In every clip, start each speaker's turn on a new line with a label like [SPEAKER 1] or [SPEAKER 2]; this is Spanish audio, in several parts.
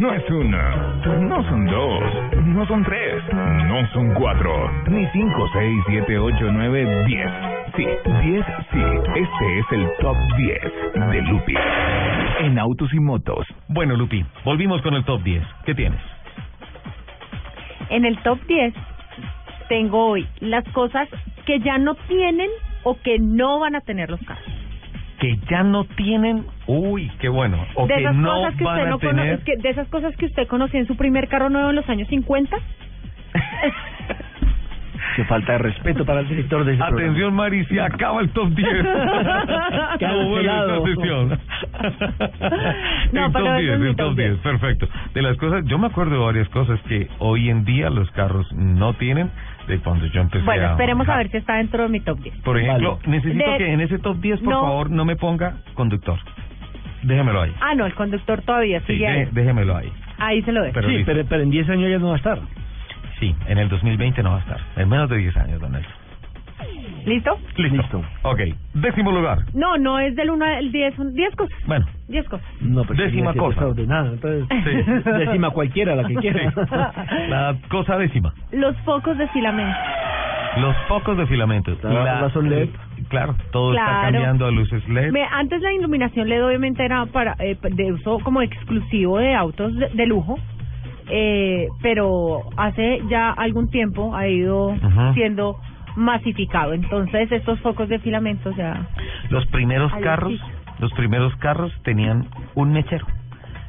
[SPEAKER 1] No es una, no son dos, no son tres, no son cuatro, ni cinco, seis, siete, ocho, nueve, diez. Sí, diez, sí. Este es el top 10 de Lupi en autos y motos.
[SPEAKER 2] Bueno, Lupi, volvimos con el top 10. ¿Qué tienes?
[SPEAKER 3] En el top 10 tengo hoy las cosas que ya no tienen o que no van a tener los carros.
[SPEAKER 2] Que ya no tienen. Uy, qué bueno. O
[SPEAKER 3] de
[SPEAKER 2] que
[SPEAKER 3] esas
[SPEAKER 2] no
[SPEAKER 3] cosas que
[SPEAKER 2] van
[SPEAKER 3] usted
[SPEAKER 2] a
[SPEAKER 3] no cono-
[SPEAKER 2] tener.
[SPEAKER 3] es que de esas cosas que usted conocía en su primer carro nuevo en los años 50.
[SPEAKER 4] Qué falta de respeto para el director de ese programa.
[SPEAKER 2] Atención, Mari, se acaba el top 10. no vuelve esta
[SPEAKER 4] Cancelado.
[SPEAKER 2] sesión.
[SPEAKER 3] No, pero
[SPEAKER 2] el top
[SPEAKER 3] ese
[SPEAKER 2] 10,
[SPEAKER 3] es mi
[SPEAKER 2] el
[SPEAKER 3] top
[SPEAKER 2] top 10,
[SPEAKER 3] 10.
[SPEAKER 2] perfecto. De las cosas, yo me acuerdo de varias cosas que hoy en día los carros no tienen de cuando yo empecé
[SPEAKER 3] Bueno,
[SPEAKER 2] a
[SPEAKER 3] esperemos a
[SPEAKER 2] manejar.
[SPEAKER 3] ver si está dentro de mi top 10.
[SPEAKER 2] Por ejemplo, necesito
[SPEAKER 3] De-
[SPEAKER 2] que en ese top 10, por
[SPEAKER 3] No.
[SPEAKER 2] favor, no me ponga conductor. Déjemelo ahí.
[SPEAKER 3] Ah, no, el conductor todavía
[SPEAKER 2] Sí,
[SPEAKER 3] sigue ahí.
[SPEAKER 2] dé- déjemelo ahí.
[SPEAKER 3] Ahí se lo dejo.
[SPEAKER 2] Pero
[SPEAKER 4] sí,
[SPEAKER 2] listo.
[SPEAKER 4] pero, pero en 10 años ya no va a estar.
[SPEAKER 2] Sí, en el 2020 no va a estar. En menos de 10 años, don Nelson.
[SPEAKER 3] ¿Listo?
[SPEAKER 2] Listo.
[SPEAKER 4] Listo.
[SPEAKER 2] Ok, décimo lugar.
[SPEAKER 3] No, no es del 1 al 10, son 10 cosas.
[SPEAKER 2] Bueno,
[SPEAKER 3] 10 cosas.
[SPEAKER 4] No, pero tenía
[SPEAKER 2] Décima
[SPEAKER 4] que ser
[SPEAKER 2] cosa.
[SPEAKER 4] ordenado, entonces,
[SPEAKER 2] Sí.
[SPEAKER 4] décima cualquiera, la que quiera.
[SPEAKER 2] sí. la cosa décima.
[SPEAKER 3] Los focos de filamento.
[SPEAKER 2] Los focos de filamento.
[SPEAKER 4] La- las son LED.
[SPEAKER 2] Claro, todo está
[SPEAKER 3] Claro.
[SPEAKER 2] cambiando a luces LED.
[SPEAKER 3] Me- antes la iluminación LED obviamente era para eh, de uso como exclusivo de autos de, de lujo, eh, pero hace ya algún tiempo ha ido
[SPEAKER 2] Ujú.
[SPEAKER 3] siendo masificado. Entonces estos focos de filamento ya
[SPEAKER 2] Los primeros
[SPEAKER 3] Ay,
[SPEAKER 2] carros,
[SPEAKER 3] sí.
[SPEAKER 2] los primeros carros tenían un mechero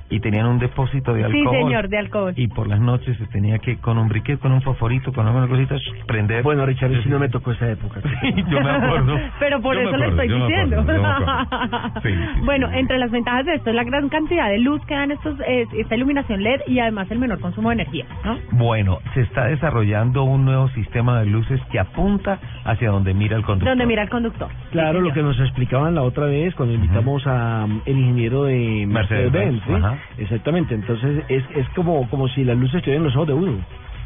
[SPEAKER 2] y tenían un depósito de
[SPEAKER 3] Sí,
[SPEAKER 2] alcohol.
[SPEAKER 3] señor, de alcohol.
[SPEAKER 2] Y por las noches se tenía que con un briquet, con un fosforito, con alguna cosita sh- prender.
[SPEAKER 4] Eh, Bueno, Richard,
[SPEAKER 2] Yo
[SPEAKER 4] si no
[SPEAKER 2] sí-
[SPEAKER 4] me tocó esa época.
[SPEAKER 2] Sí, yo me acuerdo.
[SPEAKER 3] Pero por
[SPEAKER 2] Yo me
[SPEAKER 3] eso le
[SPEAKER 2] acuerdo,
[SPEAKER 3] estoy
[SPEAKER 2] yo me
[SPEAKER 3] diciendo.
[SPEAKER 2] acuerdo, yo me acuerdo. Sí, sí, sí.
[SPEAKER 3] bueno, entre las ventajas de esto es la gran cantidad de luz que dan estos eh, esta iluminación LED y además el menor consumo de energía, ¿no?
[SPEAKER 2] Bueno, se está desarrollando un nuevo sistema de luces que apunta hacia donde mira el conductor.
[SPEAKER 3] Donde mira el conductor.
[SPEAKER 4] Claro, lo que nos explicaban la otra vez cuando invitamos a um, el ingeniero de Mercedes-Benz,
[SPEAKER 2] Mercedes-Benz,
[SPEAKER 4] ¿sí?
[SPEAKER 2] ajá.
[SPEAKER 4] Exactamente, entonces es, es como, como si las luces estuvieran en los ojos de uno.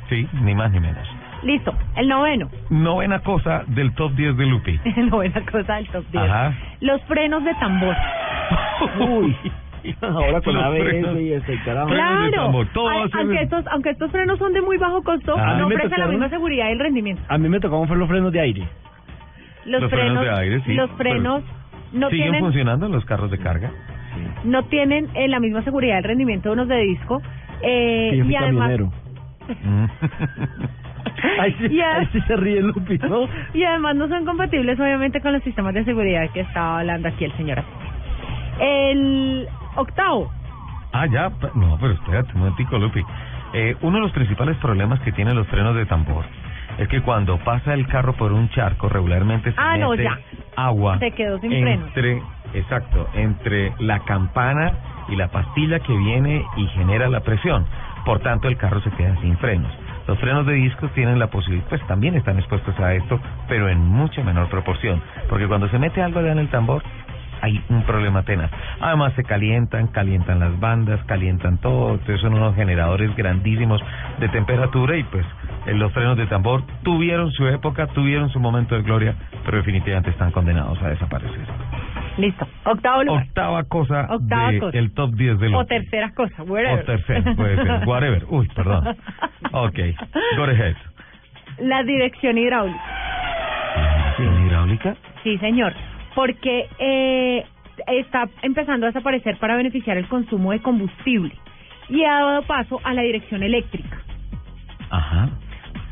[SPEAKER 2] Sí, ni más ni menos.
[SPEAKER 3] Listo, el noveno.
[SPEAKER 2] Novena cosa del top 10 de Lupi.
[SPEAKER 3] novena cosa del top 10.
[SPEAKER 2] Ajá.
[SPEAKER 3] Los frenos de tambor.
[SPEAKER 4] Uy, ahora con
[SPEAKER 2] Los
[SPEAKER 4] ABS
[SPEAKER 2] frenos.
[SPEAKER 4] y este carajo.
[SPEAKER 2] Ah, Frenos de
[SPEAKER 3] Claro.
[SPEAKER 2] tambor, todo
[SPEAKER 3] Ay,
[SPEAKER 2] hace-
[SPEAKER 3] aunque, estos, aunque estos frenos son de muy bajo costo,
[SPEAKER 2] Ah,
[SPEAKER 3] no
[SPEAKER 4] me
[SPEAKER 3] ofrecen la
[SPEAKER 4] tocaron-
[SPEAKER 3] misma seguridad y el rendimiento.
[SPEAKER 4] A mí me tocaban fue los frenos de aire.
[SPEAKER 3] Los,
[SPEAKER 2] Los frenos de aire, sí,
[SPEAKER 3] Los
[SPEAKER 2] pero-
[SPEAKER 3] frenos no
[SPEAKER 2] ¿Siguen
[SPEAKER 3] tienen
[SPEAKER 2] funcionando los carros de carga?
[SPEAKER 3] no tienen eh, la misma seguridad del rendimiento de unos de disco. Eh,
[SPEAKER 4] que yo fui
[SPEAKER 3] y además,
[SPEAKER 4] camionero.
[SPEAKER 2] Mm.
[SPEAKER 4] Ahí sí,
[SPEAKER 3] Ya.
[SPEAKER 4] ahí sí se ríe Lupi, ¿no?
[SPEAKER 3] Y además no son compatibles obviamente con los sistemas de seguridad que estaba hablando aquí el señor. El octavo,
[SPEAKER 2] Ah, ya. pe- No, pero espérate un momentico, Lupi. Eh, uno de los principales problemas que tienen los frenos de tambor es que cuando pasa el carro por un charco, regularmente se
[SPEAKER 3] Ah, no,
[SPEAKER 2] mete
[SPEAKER 3] ya.
[SPEAKER 2] agua
[SPEAKER 3] Te quedó sin
[SPEAKER 2] entre, exacto, entre la campana y la pastilla que viene y genera la presión. Por tanto, el carro se queda sin frenos. Los frenos de discos tienen la posibilidad, pues también están expuestos a esto, pero en mucha menor proporción, porque cuando se mete algo allá en el tambor, hay un problema tenaz. Además se calientan, calientan las bandas, calientan todo, entonces son unos generadores grandísimos de temperatura y pues eh, los frenos de tambor tuvieron su época, tuvieron su momento de gloria, pero definitivamente están condenados a desaparecer.
[SPEAKER 3] listo, octavo lugar.
[SPEAKER 2] Octava cosa
[SPEAKER 3] Octava
[SPEAKER 2] de
[SPEAKER 3] cosa.
[SPEAKER 2] el top 10 del
[SPEAKER 3] o
[SPEAKER 2] hombre.
[SPEAKER 3] tercera cosa, whatever.
[SPEAKER 2] O tercera, puede ser, whatever. Uy, perdón. Ok, go ahead.
[SPEAKER 3] La dirección hidráulica.
[SPEAKER 2] ¿Tiene hidráulica?
[SPEAKER 3] Sí, señor. Porque eh, está empezando a desaparecer para beneficiar el consumo de combustible. Y ha dado paso a la dirección eléctrica.
[SPEAKER 2] Ajá.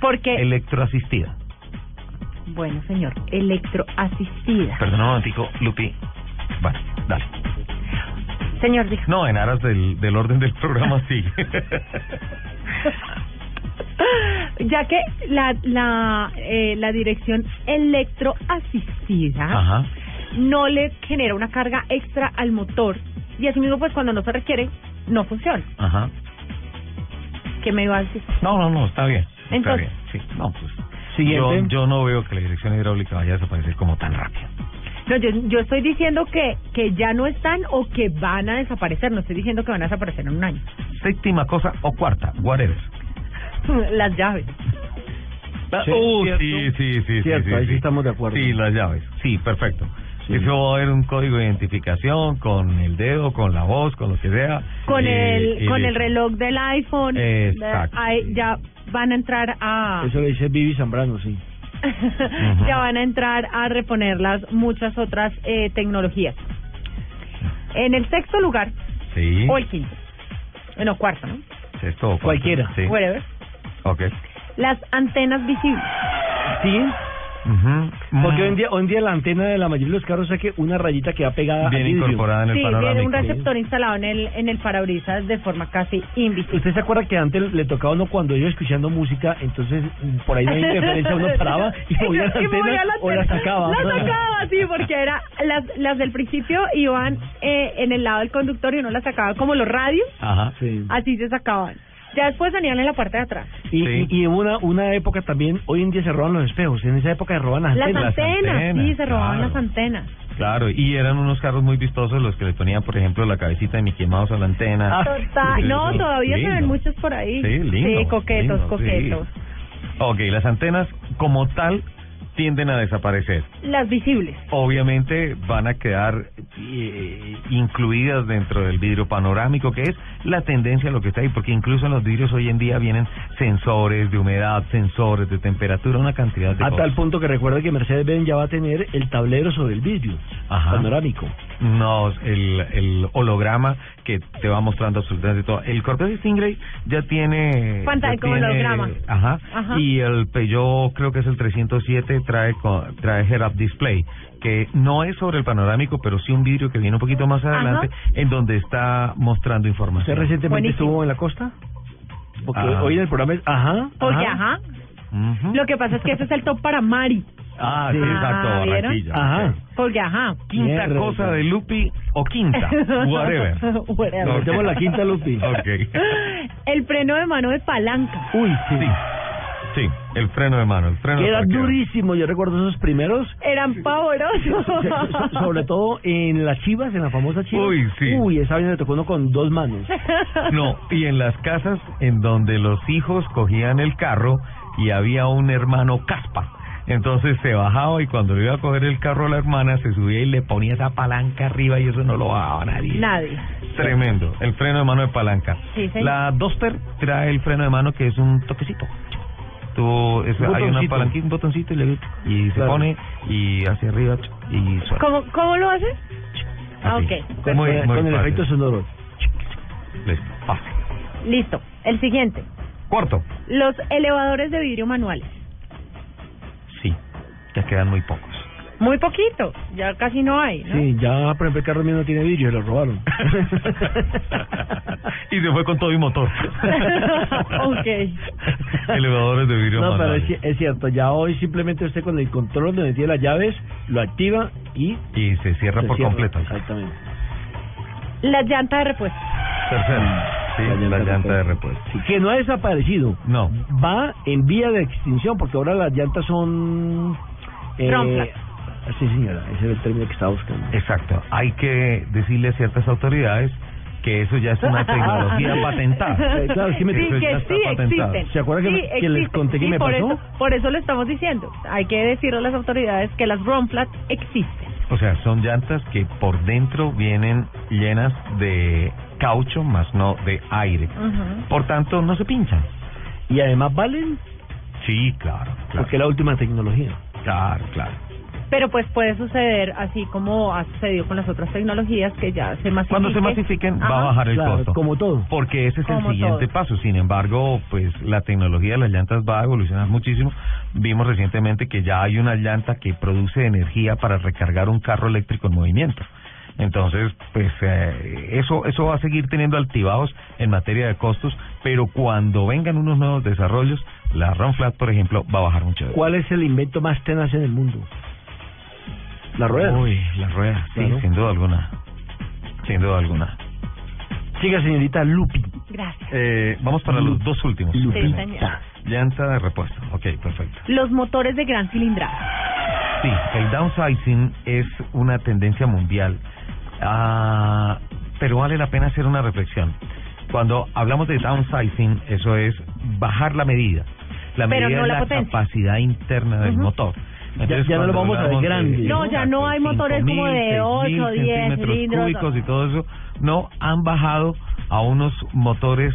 [SPEAKER 3] Porque,
[SPEAKER 2] Electroasistida.
[SPEAKER 3] bueno, señor, electroasistida.
[SPEAKER 2] Perdón un momentico, Lupi. Vale, dale.
[SPEAKER 3] Señor, dijo.
[SPEAKER 2] No, en aras del, del orden del programa sí.
[SPEAKER 3] Ya que la, la, eh, la dirección electroasistida
[SPEAKER 2] Ajá.
[SPEAKER 3] no le genera una carga extra al motor. Y así mismo, pues cuando no se requiere, no funciona.
[SPEAKER 2] Ajá.
[SPEAKER 3] ¿Qué me iba a decir?
[SPEAKER 2] No, no, no, está bien. está
[SPEAKER 3] Entonces-
[SPEAKER 2] bien, sí. No, pues.
[SPEAKER 4] Siguiente.
[SPEAKER 2] Yo, yo no veo que la dirección hidráulica vaya a desaparecer como tan rápido.
[SPEAKER 3] No, yo, yo estoy diciendo que, que ya no están o que van a desaparecer. No estoy diciendo que van a desaparecer en un año.
[SPEAKER 2] Séptima cosa o cuarta, whatever.
[SPEAKER 3] Las llaves.
[SPEAKER 4] Sí,
[SPEAKER 2] Uh,
[SPEAKER 4] cierto.
[SPEAKER 2] sí, sí, sí, sí,
[SPEAKER 4] Cierto,
[SPEAKER 2] sí,
[SPEAKER 4] ahí sí
[SPEAKER 2] sí.
[SPEAKER 4] estamos de acuerdo.
[SPEAKER 2] Sí, las llaves. Sí, perfecto.
[SPEAKER 4] Sí.
[SPEAKER 2] Eso va a haber un código de identificación con el dedo, con la voz, con lo que sea.
[SPEAKER 3] Con
[SPEAKER 2] Y-
[SPEAKER 3] el
[SPEAKER 2] y
[SPEAKER 3] con el
[SPEAKER 2] listo.
[SPEAKER 3] reloj del iPhone.
[SPEAKER 2] Exacto.
[SPEAKER 3] Ahí ya van a entrar a
[SPEAKER 4] Eso le dice Vivi Zambrano, sí.
[SPEAKER 3] ya van a entrar a reponerlas muchas otras eh, tecnologías. En el sexto lugar,
[SPEAKER 2] Sí.
[SPEAKER 3] o el quinto, eh, no, cuarto, ¿no?
[SPEAKER 2] Sexto o cuarto.
[SPEAKER 4] Cualquiera.
[SPEAKER 2] Sí.
[SPEAKER 3] Whatever.
[SPEAKER 2] Ok.
[SPEAKER 3] Las antenas visibles.
[SPEAKER 4] ¿Sí?
[SPEAKER 2] Ujú.
[SPEAKER 3] Ah.
[SPEAKER 4] Porque hoy en
[SPEAKER 2] Mm.
[SPEAKER 4] día, hoy en día la antena de la mayoría de los carros saque una rayita que va pegada al
[SPEAKER 2] Bien
[SPEAKER 4] vidrio.
[SPEAKER 2] incorporada en el
[SPEAKER 3] Sí, tiene
[SPEAKER 2] panorámico.
[SPEAKER 3] un receptor instalado en el, en el parabrisas de forma casi invisible.
[SPEAKER 4] ¿Usted se acuerda que antes le tocaba a uno cuando iba escuchando música, entonces mm, por ahí no hay interferencia, uno paraba y movía la
[SPEAKER 3] Y
[SPEAKER 4] antena
[SPEAKER 3] movía la
[SPEAKER 4] o la
[SPEAKER 3] antena.
[SPEAKER 4] sacaba?
[SPEAKER 3] La sacaba, sí, porque era las, las del principio iban eh, en el lado del conductor y uno las sacaba como los radios,
[SPEAKER 2] Ajá.
[SPEAKER 4] Ah, Sí.
[SPEAKER 3] así se sacaban. Ya después venían en la parte de atrás.
[SPEAKER 4] Y,
[SPEAKER 2] Sí.
[SPEAKER 4] y, y en una, una época también, hoy en día se roban los espejos, en esa época se roban las
[SPEAKER 3] Las
[SPEAKER 4] antenas.
[SPEAKER 3] antenas, sí,
[SPEAKER 2] antenas,
[SPEAKER 3] se robaban
[SPEAKER 2] claro.
[SPEAKER 3] las antenas.
[SPEAKER 2] Claro, y eran unos carros muy vistosos los que le ponían, por ejemplo, la cabecita de Mickey Mouse a la antena.
[SPEAKER 4] Ah,
[SPEAKER 3] Total, no, todavía se ven
[SPEAKER 2] Lindo.
[SPEAKER 3] muchos por ahí.
[SPEAKER 2] Sí, lindo,
[SPEAKER 3] Sí, coquetos,
[SPEAKER 2] lindo, sí.
[SPEAKER 3] coquetos.
[SPEAKER 2] Ok, las antenas como tal tienden a desaparecer.
[SPEAKER 3] Las visibles.
[SPEAKER 2] Obviamente van a quedar eh, incluidas dentro del vidrio panorámico, que es la tendencia a lo que está ahí, porque incluso en los vidrios hoy en día vienen sensores de humedad, sensores de temperatura, una cantidad de
[SPEAKER 4] A
[SPEAKER 2] cosas.
[SPEAKER 4] tal punto que recuerda que Mercedes-Benz ya va a tener el tablero sobre el vidrio
[SPEAKER 2] Ajá.
[SPEAKER 4] panorámico.
[SPEAKER 2] No, el, el holograma que te va mostrando absolutamente todo. El Corvette Stingray ya tiene...
[SPEAKER 3] Pantalla
[SPEAKER 2] ya
[SPEAKER 3] con
[SPEAKER 2] tiene-
[SPEAKER 3] holograma.
[SPEAKER 2] Ajá,
[SPEAKER 3] Ajá.
[SPEAKER 2] Y el Peugeot, creo que es el 307, trae, co- trae head-up display, que no es sobre el panorámico, pero sí un vidrio que viene un poquito más adelante, en donde está mostrando
[SPEAKER 4] ¿Usted
[SPEAKER 2] información.
[SPEAKER 4] recientemente
[SPEAKER 3] Buenísimo.
[SPEAKER 4] estuvo en la costa? Porque
[SPEAKER 2] Ajá.
[SPEAKER 4] hoy en el programa es... Ajá.
[SPEAKER 3] Porque, ajá.
[SPEAKER 2] Ujú.
[SPEAKER 3] Lo que pasa es que ese es el top para Mari.
[SPEAKER 2] Ah, sí,
[SPEAKER 4] Ah,
[SPEAKER 2] exacto,
[SPEAKER 3] ¿vieron?
[SPEAKER 2] Barranquilla.
[SPEAKER 4] Ajá.
[SPEAKER 2] ok.
[SPEAKER 3] Porque, ajá.
[SPEAKER 2] Quinta
[SPEAKER 4] Mierda.
[SPEAKER 2] cosa de Lupi o quinta, whatever.
[SPEAKER 3] Whatever.
[SPEAKER 2] No,
[SPEAKER 4] Metemos la quinta, Lupi.
[SPEAKER 2] Ok.
[SPEAKER 3] El freno de mano de palanca.
[SPEAKER 4] Uy, sí.
[SPEAKER 2] Sí, sí, el freno de mano, el freno de
[SPEAKER 4] Era
[SPEAKER 2] parqueo.
[SPEAKER 4] durísimo, yo recuerdo esos primeros.
[SPEAKER 3] Eran pavorosos.
[SPEAKER 4] So- sobre todo en las chivas, en la famosa chivas.
[SPEAKER 2] Uy, sí.
[SPEAKER 4] Uy, esa vaina le tocó uno con dos manos.
[SPEAKER 2] No, y en las casas en donde los hijos cogían el carro y había un hermano caspa. Entonces se bajaba y cuando le iba a coger el carro a la hermana se subía y le ponía esa palanca arriba y eso no lo bajaba nadie.
[SPEAKER 3] Nadie.
[SPEAKER 2] Tremendo, el freno de mano de palanca.
[SPEAKER 3] Sí, señor.
[SPEAKER 2] la Duster trae el freno de mano que es un toquecito. Tú, es-
[SPEAKER 4] Un
[SPEAKER 2] hay una
[SPEAKER 4] botoncito.
[SPEAKER 2] palanquita, un botoncito y, le, y se
[SPEAKER 4] Claro.
[SPEAKER 2] pone y hacia arriba y suelta.
[SPEAKER 3] ¿Cómo, cómo lo haces? Ah,
[SPEAKER 2] Así.
[SPEAKER 3] ok.
[SPEAKER 4] Con,
[SPEAKER 2] Muy, muy
[SPEAKER 4] con el
[SPEAKER 2] fácil.
[SPEAKER 4] efecto sonoro.
[SPEAKER 2] Listo, fácil.
[SPEAKER 3] Listo. El siguiente.
[SPEAKER 2] Cuarto.
[SPEAKER 3] Los elevadores de vidrio manuales.
[SPEAKER 2] Sí, ya quedan muy pocos.
[SPEAKER 3] Muy poquito. Ya casi no hay, ¿no?
[SPEAKER 4] Sí, ya por ejemplo el carro mío no tiene vidrio, lo robaron.
[SPEAKER 2] y se fue con todo y motor.
[SPEAKER 3] Ok.
[SPEAKER 2] Elevadores de vidrio
[SPEAKER 4] No, pero
[SPEAKER 2] manuales.
[SPEAKER 4] es, ci- es cierto, ya hoy simplemente usted con el control donde tiene las llaves, lo activa y...
[SPEAKER 2] Y se cierra
[SPEAKER 4] se
[SPEAKER 2] por
[SPEAKER 4] cierra.
[SPEAKER 2] completo.
[SPEAKER 4] Exactamente.
[SPEAKER 3] La llanta de repuesto.
[SPEAKER 2] Tercero. Sí, la llanta, de repuesto.
[SPEAKER 4] Sí, que no ha desaparecido.
[SPEAKER 2] No.
[SPEAKER 4] Va en vía de extinción, porque ahora las llantas son... eh,
[SPEAKER 3] Trompas.
[SPEAKER 4] Sí, señora, ese era el término que estaba buscando.
[SPEAKER 2] Exacto. Hay que decirle a ciertas autoridades que eso ya es una tecnología patentada.
[SPEAKER 4] Eh, claro, sí me-
[SPEAKER 3] Sí,
[SPEAKER 2] Eso ya
[SPEAKER 3] que
[SPEAKER 2] está
[SPEAKER 3] sí
[SPEAKER 2] patentado.
[SPEAKER 3] existen.
[SPEAKER 4] ¿Se acuerda que
[SPEAKER 3] Sí
[SPEAKER 4] me- que les
[SPEAKER 3] existen.
[SPEAKER 4] conté que
[SPEAKER 3] Sí,
[SPEAKER 4] me
[SPEAKER 3] por
[SPEAKER 4] pasó?
[SPEAKER 3] Eso, por eso lo estamos diciendo. Hay que decirle a las autoridades que las Bromflat existen.
[SPEAKER 2] O sea, son llantas que por dentro vienen llenas de caucho, más no de aire.
[SPEAKER 3] Ujú.
[SPEAKER 2] Por tanto, no se pinchan.
[SPEAKER 4] Y además valen,
[SPEAKER 2] Sí, claro. claro.
[SPEAKER 4] porque es la última tecnología.
[SPEAKER 2] Claro, claro.
[SPEAKER 3] Pero pues puede suceder así como ha sucedido con las otras tecnologías que ya se masifiquen.
[SPEAKER 2] Cuando se masifiquen, va
[SPEAKER 3] Ajá.
[SPEAKER 2] a bajar el
[SPEAKER 4] Claro,
[SPEAKER 2] costo.
[SPEAKER 4] como todo.
[SPEAKER 2] Porque ese es
[SPEAKER 3] Como
[SPEAKER 2] el siguiente
[SPEAKER 3] todo.
[SPEAKER 2] paso. Sin embargo, pues la tecnología de las llantas va a evolucionar muchísimo. Vimos recientemente que ya hay una llanta que produce energía para recargar un carro eléctrico en movimiento. Entonces, pues eh, eso eso va a seguir teniendo altibajos en materia de costos, pero cuando vengan unos nuevos desarrollos, la Ron Flat, por ejemplo, va a bajar mucho. de-
[SPEAKER 4] ¿Cuál es el invento más tenaz en el mundo? La rueda.
[SPEAKER 2] Uy, la rueda, sí,
[SPEAKER 4] Claro.
[SPEAKER 2] sin duda alguna. Sin duda alguna.
[SPEAKER 4] Siga, señorita Lupi.
[SPEAKER 3] Gracias.
[SPEAKER 2] Eh, vamos para los dos últimos.
[SPEAKER 3] Sí,
[SPEAKER 4] Lupita.
[SPEAKER 3] señor.
[SPEAKER 2] Llanta de repuesto. Ok, perfecto.
[SPEAKER 3] Los motores de gran cilindrada.
[SPEAKER 2] Sí, el downsizing es una tendencia mundial, ah, pero vale la pena hacer una reflexión. Cuando hablamos de downsizing, eso es bajar la medida. La
[SPEAKER 3] Pero
[SPEAKER 2] medida
[SPEAKER 3] no
[SPEAKER 2] es
[SPEAKER 3] la
[SPEAKER 2] la
[SPEAKER 3] potencia.
[SPEAKER 2] capacidad interna del
[SPEAKER 3] Ujú.
[SPEAKER 2] motor. Entonces,
[SPEAKER 4] ya no lo
[SPEAKER 2] cuando
[SPEAKER 4] vamos a ver
[SPEAKER 2] hablamos de
[SPEAKER 4] grande.
[SPEAKER 3] No, ya no hay motores como de
[SPEAKER 2] 5.000,
[SPEAKER 3] 8,
[SPEAKER 2] 6.000
[SPEAKER 3] 10
[SPEAKER 2] centímetros
[SPEAKER 3] cilindros.
[SPEAKER 2] cúbicos y todo eso. No, han bajado a unos motores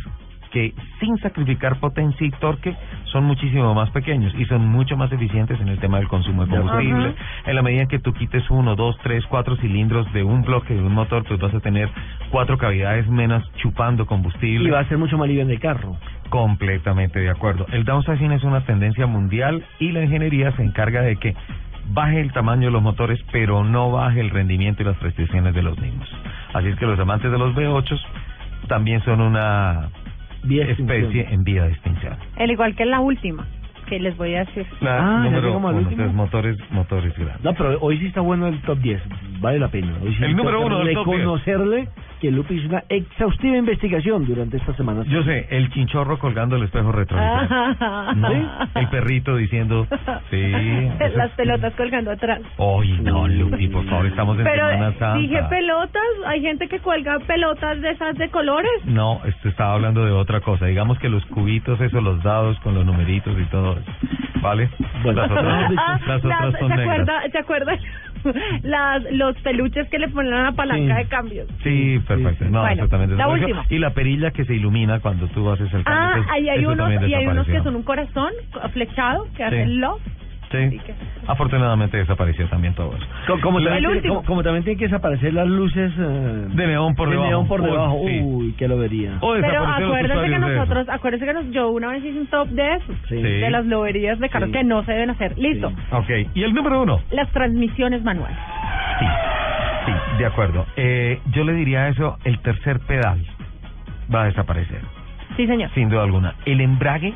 [SPEAKER 2] que sin sacrificar potencia y torque son muchísimo más pequeños y son mucho más eficientes en el tema del consumo de
[SPEAKER 4] Ya.
[SPEAKER 2] combustible.
[SPEAKER 3] Ajá.
[SPEAKER 2] En la medida en que tú quites uno, dos, tres, cuatro cilindros de un bloque de un motor, pues vas a tener cuatro cavidades menos chupando combustible.
[SPEAKER 4] Y va a ser mucho más libre en el carro.
[SPEAKER 2] Completamente de acuerdo. El downsizing es una tendencia mundial y la ingeniería se encarga de que baje el tamaño de los motores, pero no baje el rendimiento y las prestaciones de los mismos. Así es que los amantes de los V8 también son una
[SPEAKER 4] Vía de
[SPEAKER 2] especie
[SPEAKER 4] extinción.
[SPEAKER 2] en vía de extinción.
[SPEAKER 3] El igual que la última, que les voy a decir.
[SPEAKER 2] La
[SPEAKER 4] Ah, ya
[SPEAKER 2] número
[SPEAKER 4] llegamos al
[SPEAKER 2] uno,
[SPEAKER 4] último.
[SPEAKER 2] entonces, motores, motores grandes.
[SPEAKER 4] No, pero hoy sí está bueno el top 10. Vale la pena. Hoy sí
[SPEAKER 2] El número
[SPEAKER 4] toca
[SPEAKER 2] uno del top 10.
[SPEAKER 4] Reconocerle que Lupi hizo una exhaustiva investigación durante esta semana.
[SPEAKER 2] Yo sé, el chinchorro colgando el espejo retrovisor.
[SPEAKER 4] Ah.
[SPEAKER 2] No, el perrito diciendo, sí. eso
[SPEAKER 3] Las
[SPEAKER 2] es-
[SPEAKER 3] pelotas colgando atrás.
[SPEAKER 2] Ay, no, Lupi, por favor, estamos en
[SPEAKER 3] Pero
[SPEAKER 2] Semana
[SPEAKER 3] eh,
[SPEAKER 2] Santa.
[SPEAKER 3] dije pelotas, hay gente que cuelga pelotas de esas de colores.
[SPEAKER 2] No, este estaba hablando de otra cosa. Digamos que los cubitos, esos, los dados con los numeritos y todo eso. ¿Vale?
[SPEAKER 4] Bueno.
[SPEAKER 2] las otras,
[SPEAKER 3] Ah,
[SPEAKER 2] las otras son
[SPEAKER 3] ¿Se
[SPEAKER 2] negras.
[SPEAKER 3] acuerda, ¿se acuerda? Las, los peluches que le ponen a la palanca
[SPEAKER 4] Sí.
[SPEAKER 3] de cambios.
[SPEAKER 2] Sí, perfecto.
[SPEAKER 4] sí.
[SPEAKER 2] No,
[SPEAKER 3] Bueno,
[SPEAKER 2] exactamente.
[SPEAKER 3] la
[SPEAKER 2] Eso.
[SPEAKER 3] última.
[SPEAKER 2] Y la perilla que se ilumina cuando tú haces el cambio.
[SPEAKER 3] Ah,
[SPEAKER 2] Entonces,
[SPEAKER 3] ahí hay
[SPEAKER 2] eso
[SPEAKER 3] unos,
[SPEAKER 2] también
[SPEAKER 3] y hay unos que
[SPEAKER 2] desapareció.
[SPEAKER 3] son un corazón flechado que
[SPEAKER 2] Sí.
[SPEAKER 3] hacen love.
[SPEAKER 2] Sí. Afortunadamente desapareció también todo eso.
[SPEAKER 4] Co- Como,
[SPEAKER 2] El
[SPEAKER 4] también,
[SPEAKER 3] último.
[SPEAKER 4] como- como también tienen que desaparecer las luces eh,
[SPEAKER 2] De neón por
[SPEAKER 4] de
[SPEAKER 2] debajo.
[SPEAKER 4] neón por
[SPEAKER 2] Uy,
[SPEAKER 4] debajo.
[SPEAKER 2] sí. Oh,
[SPEAKER 4] Uy, que lo vería.
[SPEAKER 2] O
[SPEAKER 3] Pero
[SPEAKER 2] desaparecieron los
[SPEAKER 3] acuérdese que
[SPEAKER 2] usuarios de eso.
[SPEAKER 3] nosotros, acuérdese que nos, yo una vez hice un top de esos,
[SPEAKER 4] Sí.
[SPEAKER 3] de las loberías de carros
[SPEAKER 4] Sí.
[SPEAKER 3] que no se deben hacer. Listo.
[SPEAKER 4] Sí.
[SPEAKER 2] Ok, y el número uno.
[SPEAKER 3] Las transmisiones manuales.
[SPEAKER 2] Sí, sí, de acuerdo. Eh, yo le diría a eso, el tercer pedal va a desaparecer.
[SPEAKER 3] Sí, señor.
[SPEAKER 2] Sin duda alguna. El embrague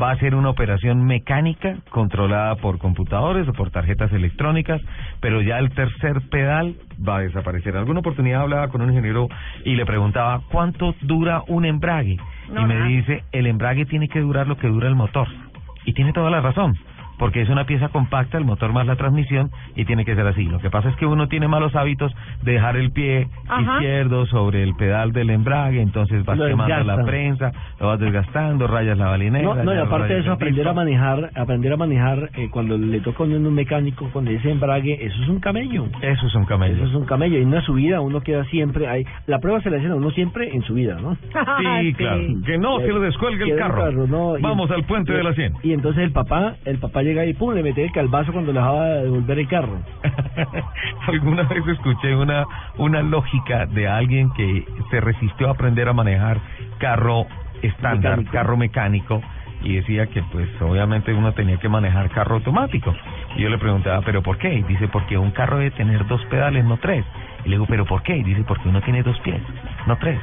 [SPEAKER 2] va a ser una operación mecánica controlada por computadores o por tarjetas electrónicas, pero ya el tercer pedal va a desaparecer. En alguna oportunidad hablaba con un ingeniero y le preguntaba cuánto dura un embrague. y
[SPEAKER 3] No,
[SPEAKER 2] me
[SPEAKER 3] nada.
[SPEAKER 2] dice, el embrague tiene que durar lo que dura el motor. Y tiene toda la razón. Porque es una pieza compacta, el motor más la transmisión, y tiene que ser así. Lo que pasa es que uno tiene malos hábitos de dejar el pie
[SPEAKER 3] Ajá.
[SPEAKER 2] izquierdo sobre el pedal del embrague, entonces vas
[SPEAKER 4] Lo
[SPEAKER 2] quemando la
[SPEAKER 4] desgasta.
[SPEAKER 2] prensa, lo vas desgastando, rayas la balinera.
[SPEAKER 4] No, no, y
[SPEAKER 2] ya
[SPEAKER 4] aparte
[SPEAKER 2] rayas
[SPEAKER 4] de eso,
[SPEAKER 2] el
[SPEAKER 4] aprender a
[SPEAKER 2] disco.
[SPEAKER 4] manejar, aprender a manejar eh, cuando le toca a uno en un mecánico con ese embrague, eso es un camello.
[SPEAKER 2] Eso es un camello.
[SPEAKER 4] Eso es un camello. Y en una subida uno queda siempre ahí. La prueba se la hacen a uno siempre en subida, ¿no?
[SPEAKER 3] Ah,
[SPEAKER 2] Sí, claro. Que no se le descuelgue el
[SPEAKER 4] Queda
[SPEAKER 2] carro.
[SPEAKER 4] no, y-
[SPEAKER 2] Vamos al puente
[SPEAKER 4] y-
[SPEAKER 2] de la 100.
[SPEAKER 4] Y entonces el papá, el papá llega y pum, le mete el calvazo cuando le dejaba devolver el carro.
[SPEAKER 2] Alguna vez escuché una, una lógica de alguien que se resistió a aprender a manejar carro estándar,
[SPEAKER 4] Mecánico.
[SPEAKER 2] carro mecánico, y decía que pues obviamente uno tenía que manejar carro automático. Y yo le preguntaba, ¿pero por qué? Y dice, porque un carro debe tener dos pedales, no tres. Y le digo, ¿pero por qué? Y dice, porque uno tiene dos pies, no tres.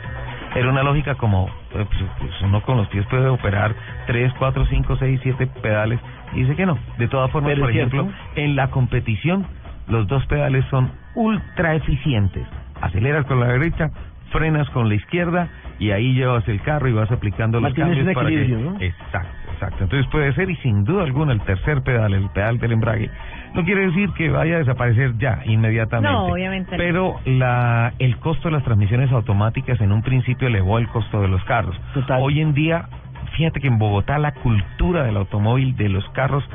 [SPEAKER 2] Era una lógica como, eh, pues, pues, uno con los pies puede operar tres, cuatro, cinco, seis, siete pedales. Y dice que no. De todas formas,
[SPEAKER 4] Pero
[SPEAKER 2] por
[SPEAKER 4] es cierto.
[SPEAKER 2] ejemplo, en la competición, los dos pedales son ultra eficientes. Aceleras con la derecha, frenas con la izquierda y ahí llevas el carro y vas aplicando los
[SPEAKER 4] Mantienes
[SPEAKER 2] cambios
[SPEAKER 4] un
[SPEAKER 2] para que...
[SPEAKER 4] equilibrio, ¿no?
[SPEAKER 2] Exacto, exacto. Entonces puede ser y sin duda alguna el tercer pedal, el pedal del embrague. No quiere decir que vaya a desaparecer ya, inmediatamente.
[SPEAKER 3] No, obviamente no.
[SPEAKER 2] Pero la, el costo de las transmisiones automáticas en un principio elevó el costo de los carros.
[SPEAKER 4] Total.
[SPEAKER 2] Hoy en día, fíjate que en Bogotá la cultura del automóvil, de los carros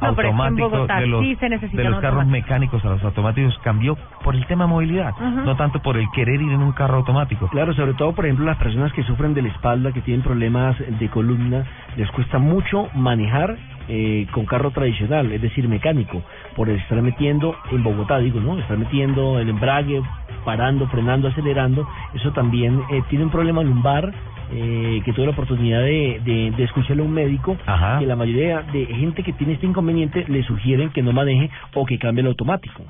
[SPEAKER 3] No, pero es que en
[SPEAKER 2] automáticos,
[SPEAKER 3] Bogotá
[SPEAKER 2] de los,
[SPEAKER 3] sí se necesitan
[SPEAKER 2] de los carros
[SPEAKER 3] automáticos.
[SPEAKER 2] mecánicos a los automáticos cambió por el tema movilidad,
[SPEAKER 3] Ajá.
[SPEAKER 2] no tanto por el querer ir en un carro automático.
[SPEAKER 4] Claro, sobre todo, por ejemplo, las personas que sufren de la espalda, que tienen problemas de columna, les cuesta mucho manejar eh, con carro tradicional, es decir, mecánico, por estar metiendo en Bogotá, digo, ¿no? Estar metiendo el embrague, parando, frenando, acelerando. Eso también eh, tiene un problema lumbar. eh, que tuve la oportunidad de, de, de escucharle a un médico
[SPEAKER 2] Ajá.
[SPEAKER 4] que la mayoría de gente que tiene este inconveniente le sugieren que no maneje o que cambie el automático.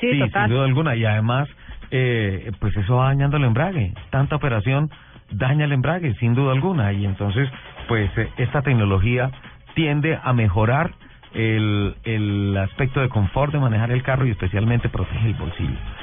[SPEAKER 3] Sí,
[SPEAKER 2] sí,
[SPEAKER 3] total.
[SPEAKER 2] sin duda alguna. Y además, eh, pues eso va dañando el embrague. Tanta operación daña el embrague, sin duda alguna. Y entonces, pues eh, esta tecnología tiende a mejorar el, el aspecto de confort de manejar el carro y especialmente protege el bolsillo.